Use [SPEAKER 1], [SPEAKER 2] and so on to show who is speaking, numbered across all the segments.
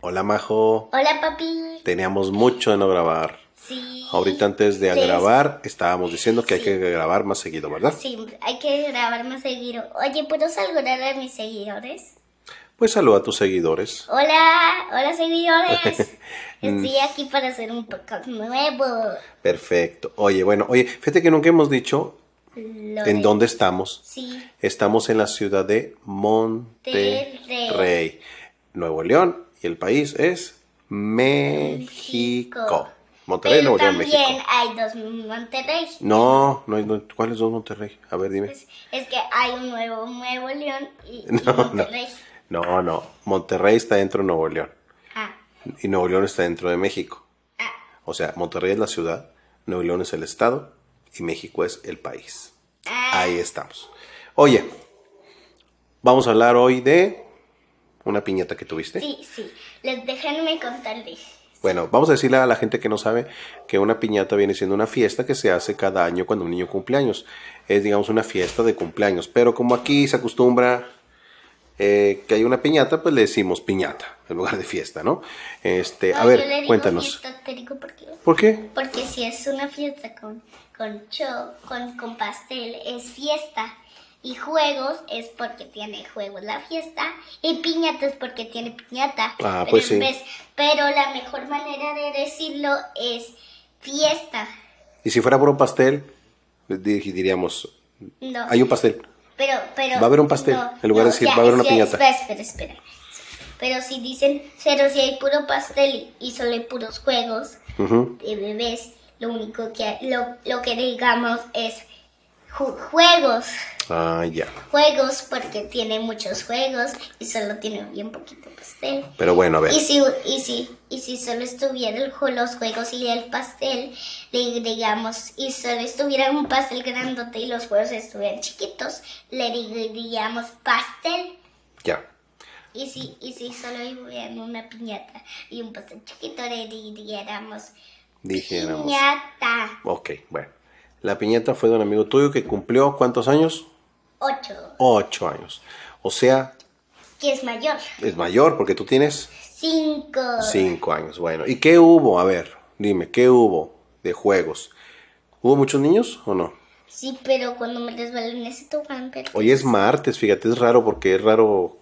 [SPEAKER 1] Hola Majo,
[SPEAKER 2] Hola papi.
[SPEAKER 1] teníamos mucho de no grabar.
[SPEAKER 2] Sí.
[SPEAKER 1] Ahorita antes de
[SPEAKER 2] ¿Qué es?
[SPEAKER 1] grabar estábamos diciendo que hay
[SPEAKER 2] Sí.
[SPEAKER 1] que grabar más seguido, ¿verdad?
[SPEAKER 2] Sí, hay que grabar más seguido. Oye, ¿puedo saludar a mis seguidores?
[SPEAKER 1] Pues saluda a tus seguidores.
[SPEAKER 2] Hola, hola seguidores. Estoy aquí para hacer un podcast nuevo.
[SPEAKER 1] Perfecto. Oye, bueno, oye, fíjate que nunca hemos dicho
[SPEAKER 2] Lo
[SPEAKER 1] en
[SPEAKER 2] de-
[SPEAKER 1] dónde estamos.
[SPEAKER 2] Sí,
[SPEAKER 1] Estamos en la ciudad de Monterrey, Nuevo León, y el país es México. Monterrey,
[SPEAKER 2] pero
[SPEAKER 1] Nuevo León,
[SPEAKER 2] también
[SPEAKER 1] México.
[SPEAKER 2] hay dos Monterrey.
[SPEAKER 1] No, no, hay- no, ¿cuáles dos Monterrey? A ver, dime.
[SPEAKER 2] Es, es que hay un nuevo Nuevo León y, y
[SPEAKER 1] No, no.
[SPEAKER 2] Monterrey.
[SPEAKER 1] No, no, Monterrey está dentro de Nuevo León.
[SPEAKER 2] Ah,
[SPEAKER 1] Y Nuevo León está dentro de México.
[SPEAKER 2] ah,
[SPEAKER 1] O sea, Monterrey es la ciudad, Nuevo León es el estado y México es el país.
[SPEAKER 2] ah.
[SPEAKER 1] Ahí estamos. Oye, vamos a hablar hoy de una piñata que tuviste.
[SPEAKER 2] Sí, sí. Les déjenme contarles.
[SPEAKER 1] Bueno, vamos a decirle a la gente que no sabe que una piñata viene siendo una fiesta que se hace cada año cuando un niño cumple años. Es, digamos, una fiesta de cumpleaños. Pero como aquí se acostumbra eh, que hay una piñata, pues le decimos piñata en lugar de fiesta, ¿no? Este, a
[SPEAKER 2] No,
[SPEAKER 1] ver,
[SPEAKER 2] yo le digo
[SPEAKER 1] cuéntanos.
[SPEAKER 2] fiesta, te digo por qué.
[SPEAKER 1] ¿Por qué?
[SPEAKER 2] Porque si es una fiesta con, con show, con, con pastel, es fiesta. Y juegos es porque tiene juegos la fiesta. Y piñata es porque tiene piñata.
[SPEAKER 1] Ah, pues sí.
[SPEAKER 2] en vez- pero la mejor manera de decirlo es fiesta.
[SPEAKER 1] Y si fuera por un pastel, di- diríamos,
[SPEAKER 2] No.
[SPEAKER 1] hay un pastel.
[SPEAKER 2] pero, pero.
[SPEAKER 1] va a haber un pastel, en lugar de decir, va a haber una
[SPEAKER 2] es-
[SPEAKER 1] piñata.
[SPEAKER 2] Espera, espera, espera. Pero si dicen, pero si hay puro pastel y solo hay puros juegos,
[SPEAKER 1] Ujú.
[SPEAKER 2] de bebés, lo único que lo, lo que digamos es ju- juegos,
[SPEAKER 1] Ah, ya.
[SPEAKER 2] juegos porque tiene muchos juegos y solo tiene bien poquito pastel.
[SPEAKER 1] Pero bueno, a ver.
[SPEAKER 2] Y si, y si, y si solo estuviera el ju- los juegos y el pastel, le digamos, y solo estuviera un pastel grandote y los juegos estuvieran chiquitos, le diríamos pastel.
[SPEAKER 1] Ya.
[SPEAKER 2] Y si, y si solo hubieran una piñata y un pastel chiquito, le diríamos
[SPEAKER 1] Dijéramos.
[SPEAKER 2] piñata.
[SPEAKER 1] Ok, bueno. La piñata fue de un amigo tuyo que cumplió, ¿cuántos años?
[SPEAKER 2] 8,
[SPEAKER 1] Ocho años. O sea,
[SPEAKER 2] que es mayor.
[SPEAKER 1] es mayor porque tú tienes
[SPEAKER 2] 5.
[SPEAKER 1] cinco años. Bueno, ¿y qué hubo? A ver, dime, ¿qué hubo de juegos? ¿Hubo muchos niños o no?
[SPEAKER 2] Sí, pero cuando me resbalé en ese tobogán, pero...
[SPEAKER 1] Hoy es martes, fíjate, es raro porque es raro.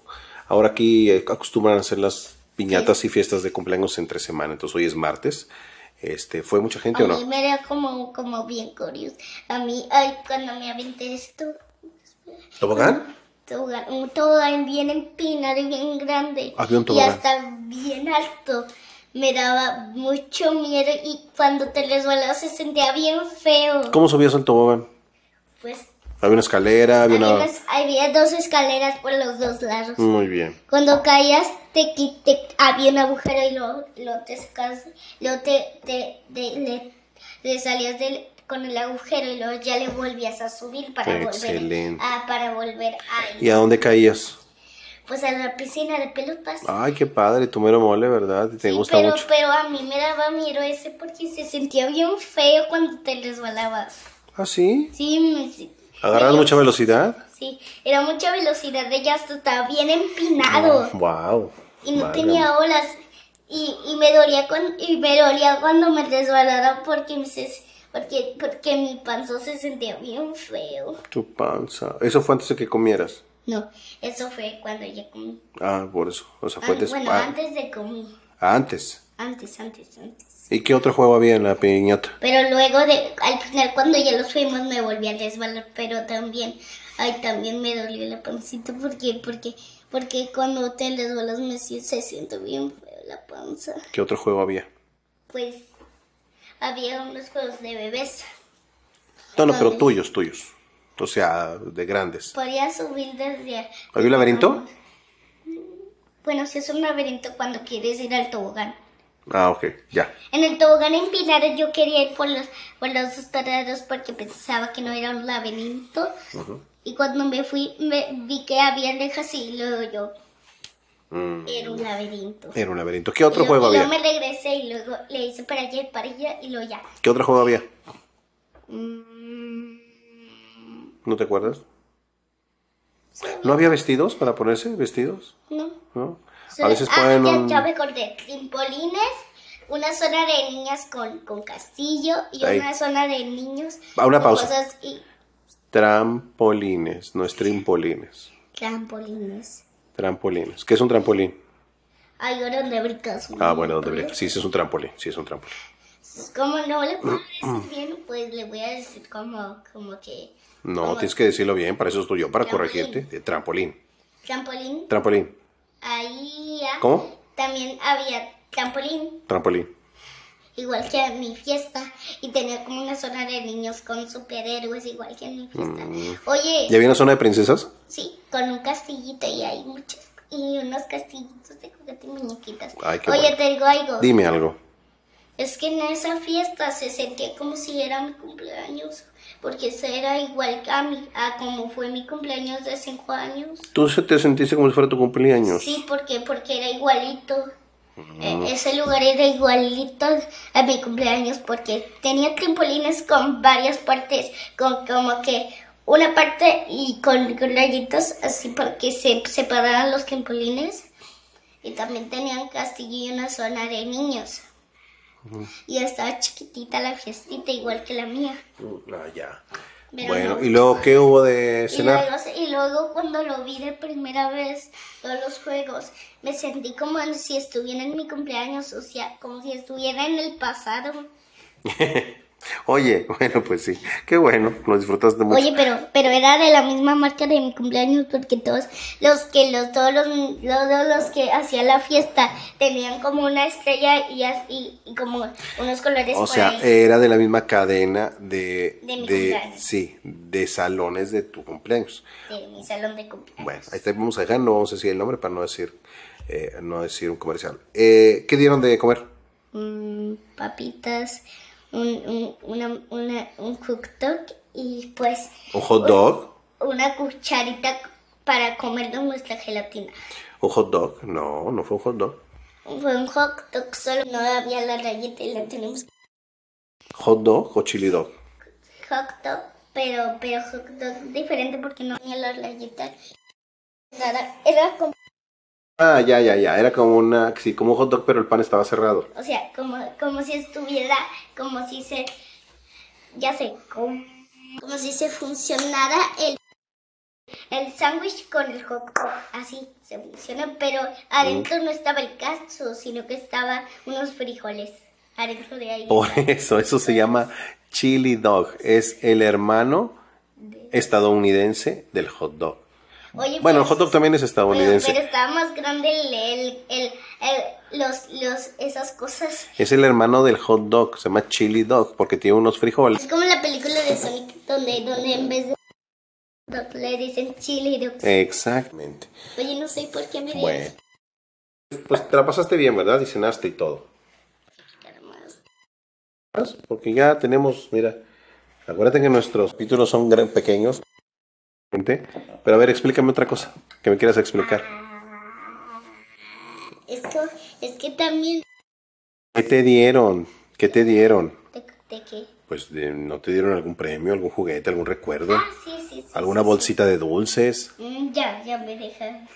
[SPEAKER 1] Ahora aquí eh, acostumbran a hacer las piñatas y fiestas de cumpleaños entre semana, entonces hoy es martes. Este, ¿Fue mucha gente
[SPEAKER 2] a
[SPEAKER 1] o
[SPEAKER 2] mí
[SPEAKER 1] no?
[SPEAKER 2] me era como, como bien curioso. A mí, ay, cuando me aventé de ese to-
[SPEAKER 1] ¿Tobogán?
[SPEAKER 2] tobogán, un tobogán bien empinado y bien grande.
[SPEAKER 1] Había un
[SPEAKER 2] y
[SPEAKER 1] tobogán.
[SPEAKER 2] hasta bien alto. Me daba mucho miedo y cuando te resbalabas se sentía bien feo.
[SPEAKER 1] ¿Cómo subías al tobogán?
[SPEAKER 2] Pues
[SPEAKER 1] Había una escalera, había
[SPEAKER 2] había,
[SPEAKER 1] una.
[SPEAKER 2] unas- había dos escaleras por los dos lados.
[SPEAKER 1] Muy bien.
[SPEAKER 2] Cuando caías, te, qui- te- había un agujero y luego, luego te sacas, luego te, te, te- le, le salías del- con el agujero y luego ya le volvías a subir para volver
[SPEAKER 1] Excelente.
[SPEAKER 2] a, para volver ahí.
[SPEAKER 1] ¿Y a dónde caías?
[SPEAKER 2] Pues a la piscina de pelotas.
[SPEAKER 1] Ay, qué padre, tu mero mole, ¿verdad? Ah, Te
[SPEAKER 2] Sí,
[SPEAKER 1] gusta
[SPEAKER 2] pero, pues
[SPEAKER 1] mucho.
[SPEAKER 2] pero a mí me daba miedo ese porque se sentía bien feo cuando te resbalabas.
[SPEAKER 1] ¿Ah, sí?
[SPEAKER 2] Sí, me, sí.
[SPEAKER 1] ¿Agarras
[SPEAKER 2] Me-
[SPEAKER 1] mucha velocidad?
[SPEAKER 2] Sí, era mucha velocidad, ella hasta estaba bien empinado.
[SPEAKER 1] Wow.
[SPEAKER 2] y no tenía olas y, y me dolía cuando y me dolía cuando me resbalara porque me se- porque porque mi panzo se sentía bien feo
[SPEAKER 1] Tu panza. Eso fue antes de que comieras.
[SPEAKER 2] no eso fue cuando ya comí
[SPEAKER 1] Ah, por eso. O sea,
[SPEAKER 2] Ah,
[SPEAKER 1] fue después. Ah,
[SPEAKER 2] bueno antes de comer
[SPEAKER 1] Antes.
[SPEAKER 2] antes antes antes
[SPEAKER 1] ¿Y qué otro juego había en la piñata?
[SPEAKER 2] pero luego de al final cuando ya los fuimos me volví a resbalar pero también ay también me dolió la pancita porque porque porque cuando te resbalas me si- se siente bien feo la panza
[SPEAKER 1] ¿Qué otro juego había?
[SPEAKER 2] Pues había unos juegos de bebés.
[SPEAKER 1] No, no, pero
[SPEAKER 2] Vale.
[SPEAKER 1] tuyos, tuyos. O sea, de grandes.
[SPEAKER 2] Podía subir desde...
[SPEAKER 1] ¿Había un laberinto?
[SPEAKER 2] Bueno, si es un laberinto cuando quieres ir al tobogán.
[SPEAKER 1] Ah, ok, ya.
[SPEAKER 2] En el tobogán empinado yo quería ir por los, por los dos parados porque pensaba que no era un laberinto. Y cuando me fui, me vi que había rejas y luego yo...
[SPEAKER 1] Mm,
[SPEAKER 2] Era un laberinto.
[SPEAKER 1] era un laberinto. ¿Qué otro
[SPEAKER 2] Y
[SPEAKER 1] juego
[SPEAKER 2] luego- y
[SPEAKER 1] había?
[SPEAKER 2] luego me regresé y luego le hice para allá y para allá y luego ya.
[SPEAKER 1] ¿Qué otro juego había?
[SPEAKER 2] Mm,
[SPEAKER 1] ¿No te acuerdas?
[SPEAKER 2] sí,
[SPEAKER 1] ¿No había vestidos para ponerse? ¿Vestidos?
[SPEAKER 2] no.
[SPEAKER 1] ¿No? A veces ponen
[SPEAKER 2] ah, ya-
[SPEAKER 1] un-
[SPEAKER 2] ya, me acordé. Trimpolines, una zona de niñas con, con castillo y
[SPEAKER 1] Ahí.
[SPEAKER 2] una zona de niños.
[SPEAKER 1] Va, una
[SPEAKER 2] con
[SPEAKER 1] pausa.
[SPEAKER 2] cosas y
[SPEAKER 1] Trampolines, no es trimpolines.
[SPEAKER 2] trampolines.
[SPEAKER 1] Trampolines. ¿Qué es un trampolín?
[SPEAKER 2] Ahí era donde brincas.
[SPEAKER 1] Ah, bueno, ¿dónde brinca? Sí, sí es un trampolín, sí es un trampolín.
[SPEAKER 2] Como no le puedo decir bien, pues le voy a decir como, como que.
[SPEAKER 1] No,
[SPEAKER 2] como
[SPEAKER 1] tienes que decirlo bien, para eso estoy yo, para
[SPEAKER 2] Trampolín.
[SPEAKER 1] corregirte. De trampolín.
[SPEAKER 2] Trampolín.
[SPEAKER 1] Trampolín.
[SPEAKER 2] Ahí. ah,
[SPEAKER 1] ¿Cómo?
[SPEAKER 2] También había trampolín,
[SPEAKER 1] Trampolín.
[SPEAKER 2] igual que en mi fiesta. Y tenía como una zona de niños con superhéroes, igual que en mi fiesta.
[SPEAKER 1] Mm.
[SPEAKER 2] Oye.
[SPEAKER 1] ¿Ya viene zona de princesas?
[SPEAKER 2] Sí, con un castillito y hay muchos y unos castillitos de juguete y muñequitas.
[SPEAKER 1] Ay, qué
[SPEAKER 2] Oye,
[SPEAKER 1] bueno.
[SPEAKER 2] te digo algo.
[SPEAKER 1] Dime algo.
[SPEAKER 2] Es que en esa fiesta se sentía como si era mi cumpleaños, porque eso era igual que a mí, a como fue mi cumpleaños de cinco años.
[SPEAKER 1] ¿Tú se te sentiste como si fuera tu cumpleaños?
[SPEAKER 2] Sí, porque porque era igualito. Eh, Ese lugar era igualito a mi cumpleaños porque tenía trampolines con varias partes, con como que una parte y con rayitos así para que se separaran los trampolines y también tenían castillo y una zona de niños. Y estaba chiquitita la fiestita igual que la mía.
[SPEAKER 1] Ah, ya.
[SPEAKER 2] Pero
[SPEAKER 1] bueno,
[SPEAKER 2] no.
[SPEAKER 1] ¿y luego qué hubo de
[SPEAKER 2] Y
[SPEAKER 1] cenar?
[SPEAKER 2] luego, y luego cuando lo vi de primera vez, todos los juegos, me sentí como en- si estuviera en mi cumpleaños, o sea, como si estuviera en el pasado.
[SPEAKER 1] Oye, bueno, pues sí. Qué bueno, lo disfrutaste mucho.
[SPEAKER 2] Oye, pero, pero era de la misma marca de mi cumpleaños, porque todos los que los, todos los, todos los que hacían la fiesta tenían como una estrella y, as- y- y como unos colores
[SPEAKER 1] o
[SPEAKER 2] por
[SPEAKER 1] sea, eh,
[SPEAKER 2] ahí.
[SPEAKER 1] era de la misma cadena de...
[SPEAKER 2] De mi cumpleaños.
[SPEAKER 1] Sí, de salones de tu cumpleaños.
[SPEAKER 2] de mi salón de cumpleaños.
[SPEAKER 1] Bueno, ahí te vamos a dejar, no vamos a decir el nombre para no decir, eh, no decir un comercial. Eh, ¿Qué dieron de comer?
[SPEAKER 2] mm, papitas, un, un, una- una- un hot dog y pues
[SPEAKER 1] ¿Un hot dog?
[SPEAKER 2] una cucharita para comer de nuestra gelatina.
[SPEAKER 1] ¿Un hot dog? No, no fue un hot dog.
[SPEAKER 2] Fue un hot dog, solo no había la rayita y la tenemos
[SPEAKER 1] ¿Hot dog o chili dog?
[SPEAKER 2] hot dog, pero, pero hot dog diferente porque no había la rayita. Nada, era como,
[SPEAKER 1] Ah, ya, ya, ya. Era como una, sí, como un hot dog, pero el pan estaba cerrado.
[SPEAKER 2] o sea, como, como si estuviera, como si se, ya sé, como, como si se funcionara el, el sándwich con el hot dog, así se funciona, pero adentro no estaba el cacho, sino que estaba unos frijoles adentro de ahí.
[SPEAKER 1] Por eso, eso se llama chili dog. Es el hermano estadounidense del hot dog.
[SPEAKER 2] Oye,
[SPEAKER 1] Bueno, el
[SPEAKER 2] pues,
[SPEAKER 1] hot dog también es
[SPEAKER 2] pero, pero
[SPEAKER 1] estadounidense.
[SPEAKER 2] estaba más grande el, el, el- el- los, los, esas cosas.
[SPEAKER 1] Es el hermano del hot dog. Se llama chili dog porque tiene unos frijoles.
[SPEAKER 2] Es como la película de Sonic donde, donde en vez de dog le dicen chili dog.
[SPEAKER 1] Exactamente.
[SPEAKER 2] Oye, no sé por qué me dio
[SPEAKER 1] Bueno. Pues te la pasaste bien, ¿verdad? Y cenaste y todo. ¿Más? Porque ya tenemos, mira, acuérdate que nuestros títulos son gran- pequeños. gente. Pero a ver, explícame otra cosa que me quieras explicar.
[SPEAKER 2] Esto Ah, es que también
[SPEAKER 1] ¿Qué te dieron? ¿Qué te dieron?
[SPEAKER 2] de, de qué.
[SPEAKER 1] Pues de- no te dieron algún premio, algún juguete, algún recuerdo,
[SPEAKER 2] Ah, sí, sí, sí.
[SPEAKER 1] alguna
[SPEAKER 2] sí,
[SPEAKER 1] bolsita de dulces.
[SPEAKER 2] sí. Mm, ya, ya me deja.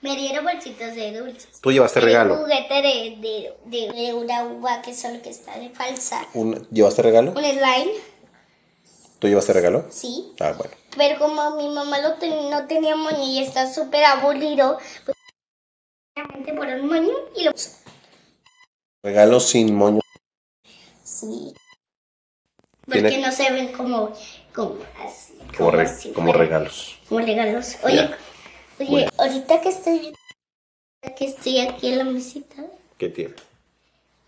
[SPEAKER 2] Me dieron bolsitas de dulces.
[SPEAKER 1] Tú llevaste
[SPEAKER 2] Me dieron
[SPEAKER 1] regalo.
[SPEAKER 2] juguete de, de, de, de una uva que solo que está de falsa.
[SPEAKER 1] Un- ¿Llevaste regalo?
[SPEAKER 2] Un slime,
[SPEAKER 1] ¿Tú llevaste regalo?
[SPEAKER 2] sí.
[SPEAKER 1] Ah, bueno.
[SPEAKER 2] Pero como mi mamá lo ten- no tenía moño y está súper aburrido, pues obviamente por el moño y lo...
[SPEAKER 1] Regalo sin moño.
[SPEAKER 2] Sí. Porque
[SPEAKER 1] Tiene-
[SPEAKER 2] no se ven como, como así.
[SPEAKER 1] Como, re-
[SPEAKER 2] así,
[SPEAKER 1] como
[SPEAKER 2] fuera-
[SPEAKER 1] regalos.
[SPEAKER 2] Como regalos. Oye,
[SPEAKER 1] Ya.
[SPEAKER 2] oye,
[SPEAKER 1] Bueno.
[SPEAKER 2] ahorita que estoy, que estoy aquí en la mesita,
[SPEAKER 1] ¿Qué tiene?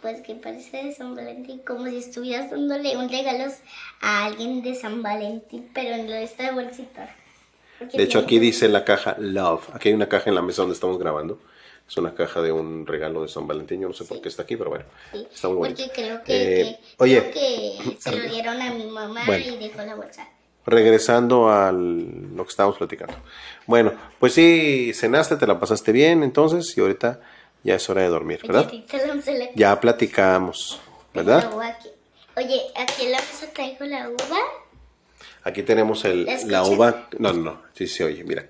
[SPEAKER 2] pues que parece de San Valentín, como si estuvieras dándole un regalo a alguien de San Valentín, pero en esta bolsita. Porque
[SPEAKER 1] De hecho,
[SPEAKER 2] tiene-
[SPEAKER 1] aquí dice la caja Love. Aquí hay una caja en la mesa donde estamos grabando. Es una caja de un regalo de San Valentín. Yo no sé por qué está aquí, pero bueno.
[SPEAKER 2] Sí,
[SPEAKER 1] Está muy bonito.
[SPEAKER 2] Porque creo que,
[SPEAKER 1] Eh,
[SPEAKER 2] que-
[SPEAKER 1] oye,
[SPEAKER 2] creo que se lo dieron a mi mamá
[SPEAKER 1] Bueno.
[SPEAKER 2] y dejó la bolsa.
[SPEAKER 1] regresando a lo que estábamos platicando. Bueno, pues sí, cenaste, te la pasaste bien entonces y ahorita ya es hora de dormir,
[SPEAKER 2] Oye,
[SPEAKER 1] ¿verdad?
[SPEAKER 2] ahorita la vamos a la-
[SPEAKER 1] Ya platicamos, ¿verdad?
[SPEAKER 2] la uva aquí. Oye, aquí en la mesa traigo la uva.
[SPEAKER 1] Aquí tenemos el,
[SPEAKER 2] ¿La escuchas?
[SPEAKER 1] la uva. No, no, no. Sí, se oye. Mira,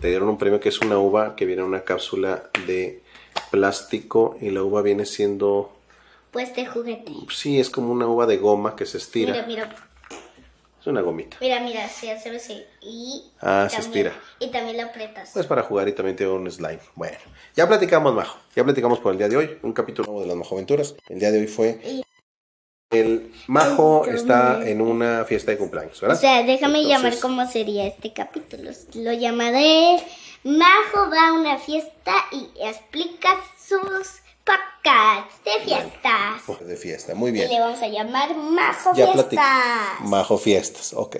[SPEAKER 1] te dieron un premio que es una uva que viene en una cápsula de plástico y la uva viene siendo,
[SPEAKER 2] Pues de juguete.
[SPEAKER 1] sí, es como una uva de goma que se Mm, estira.
[SPEAKER 2] Mira, mira,
[SPEAKER 1] Es una gomita.
[SPEAKER 2] mira, mira, se hace así. Y
[SPEAKER 1] Ah, se estira.
[SPEAKER 2] Y también la aprietas.
[SPEAKER 1] Pues para jugar y también tiene un slime. Bueno, ya platicamos, Majo. Ya platicamos por el día de hoy. Un capítulo nuevo de las Majoventuras. El día de hoy fue... El Majo está en una fiesta de cumpleaños,
[SPEAKER 2] o
[SPEAKER 1] ¿verdad?
[SPEAKER 2] sea, déjame llamar
[SPEAKER 1] Entonces-
[SPEAKER 2] cómo sería este capítulo. Lo llamaré Majo va a una fiesta y explica sus podcasts de fiestas.
[SPEAKER 1] De fiesta, muy
[SPEAKER 2] Y
[SPEAKER 1] bien.
[SPEAKER 2] le vamos a llamar Majo
[SPEAKER 1] Ya
[SPEAKER 2] Fiestas.
[SPEAKER 1] platicamos. Majo Fiestas, ok.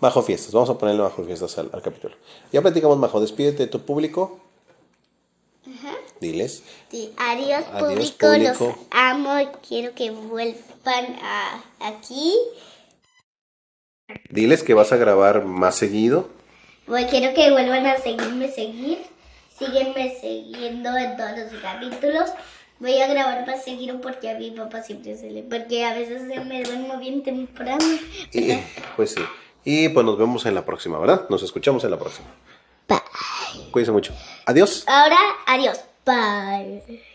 [SPEAKER 1] Majo Fiestas, vamos a ponerle Majo Fiestas al, al capítulo. Ya platicamos, Majo, despídete de tu público. Diles.
[SPEAKER 2] Sí, Adiós,
[SPEAKER 1] Adiós,
[SPEAKER 2] público, los
[SPEAKER 1] público.
[SPEAKER 2] amo, y quiero que vuelvan a, aquí.
[SPEAKER 1] Diles que vas a grabar más seguido.
[SPEAKER 2] Bueno, Pues quiero que vuelvan a seguirme, seguir. Sígueme siguiendo en todos los capítulos. Voy a grabar más seguido porque a mi papá siempre se le... Porque a veces se me duermo bien temprano.
[SPEAKER 1] Y, pues sí. Y pues nos vemos en la próxima, ¿verdad? Nos escuchamos en la próxima.
[SPEAKER 2] Bye.
[SPEAKER 1] Cuídense mucho. Adiós.
[SPEAKER 2] Ahora, adiós. Bye.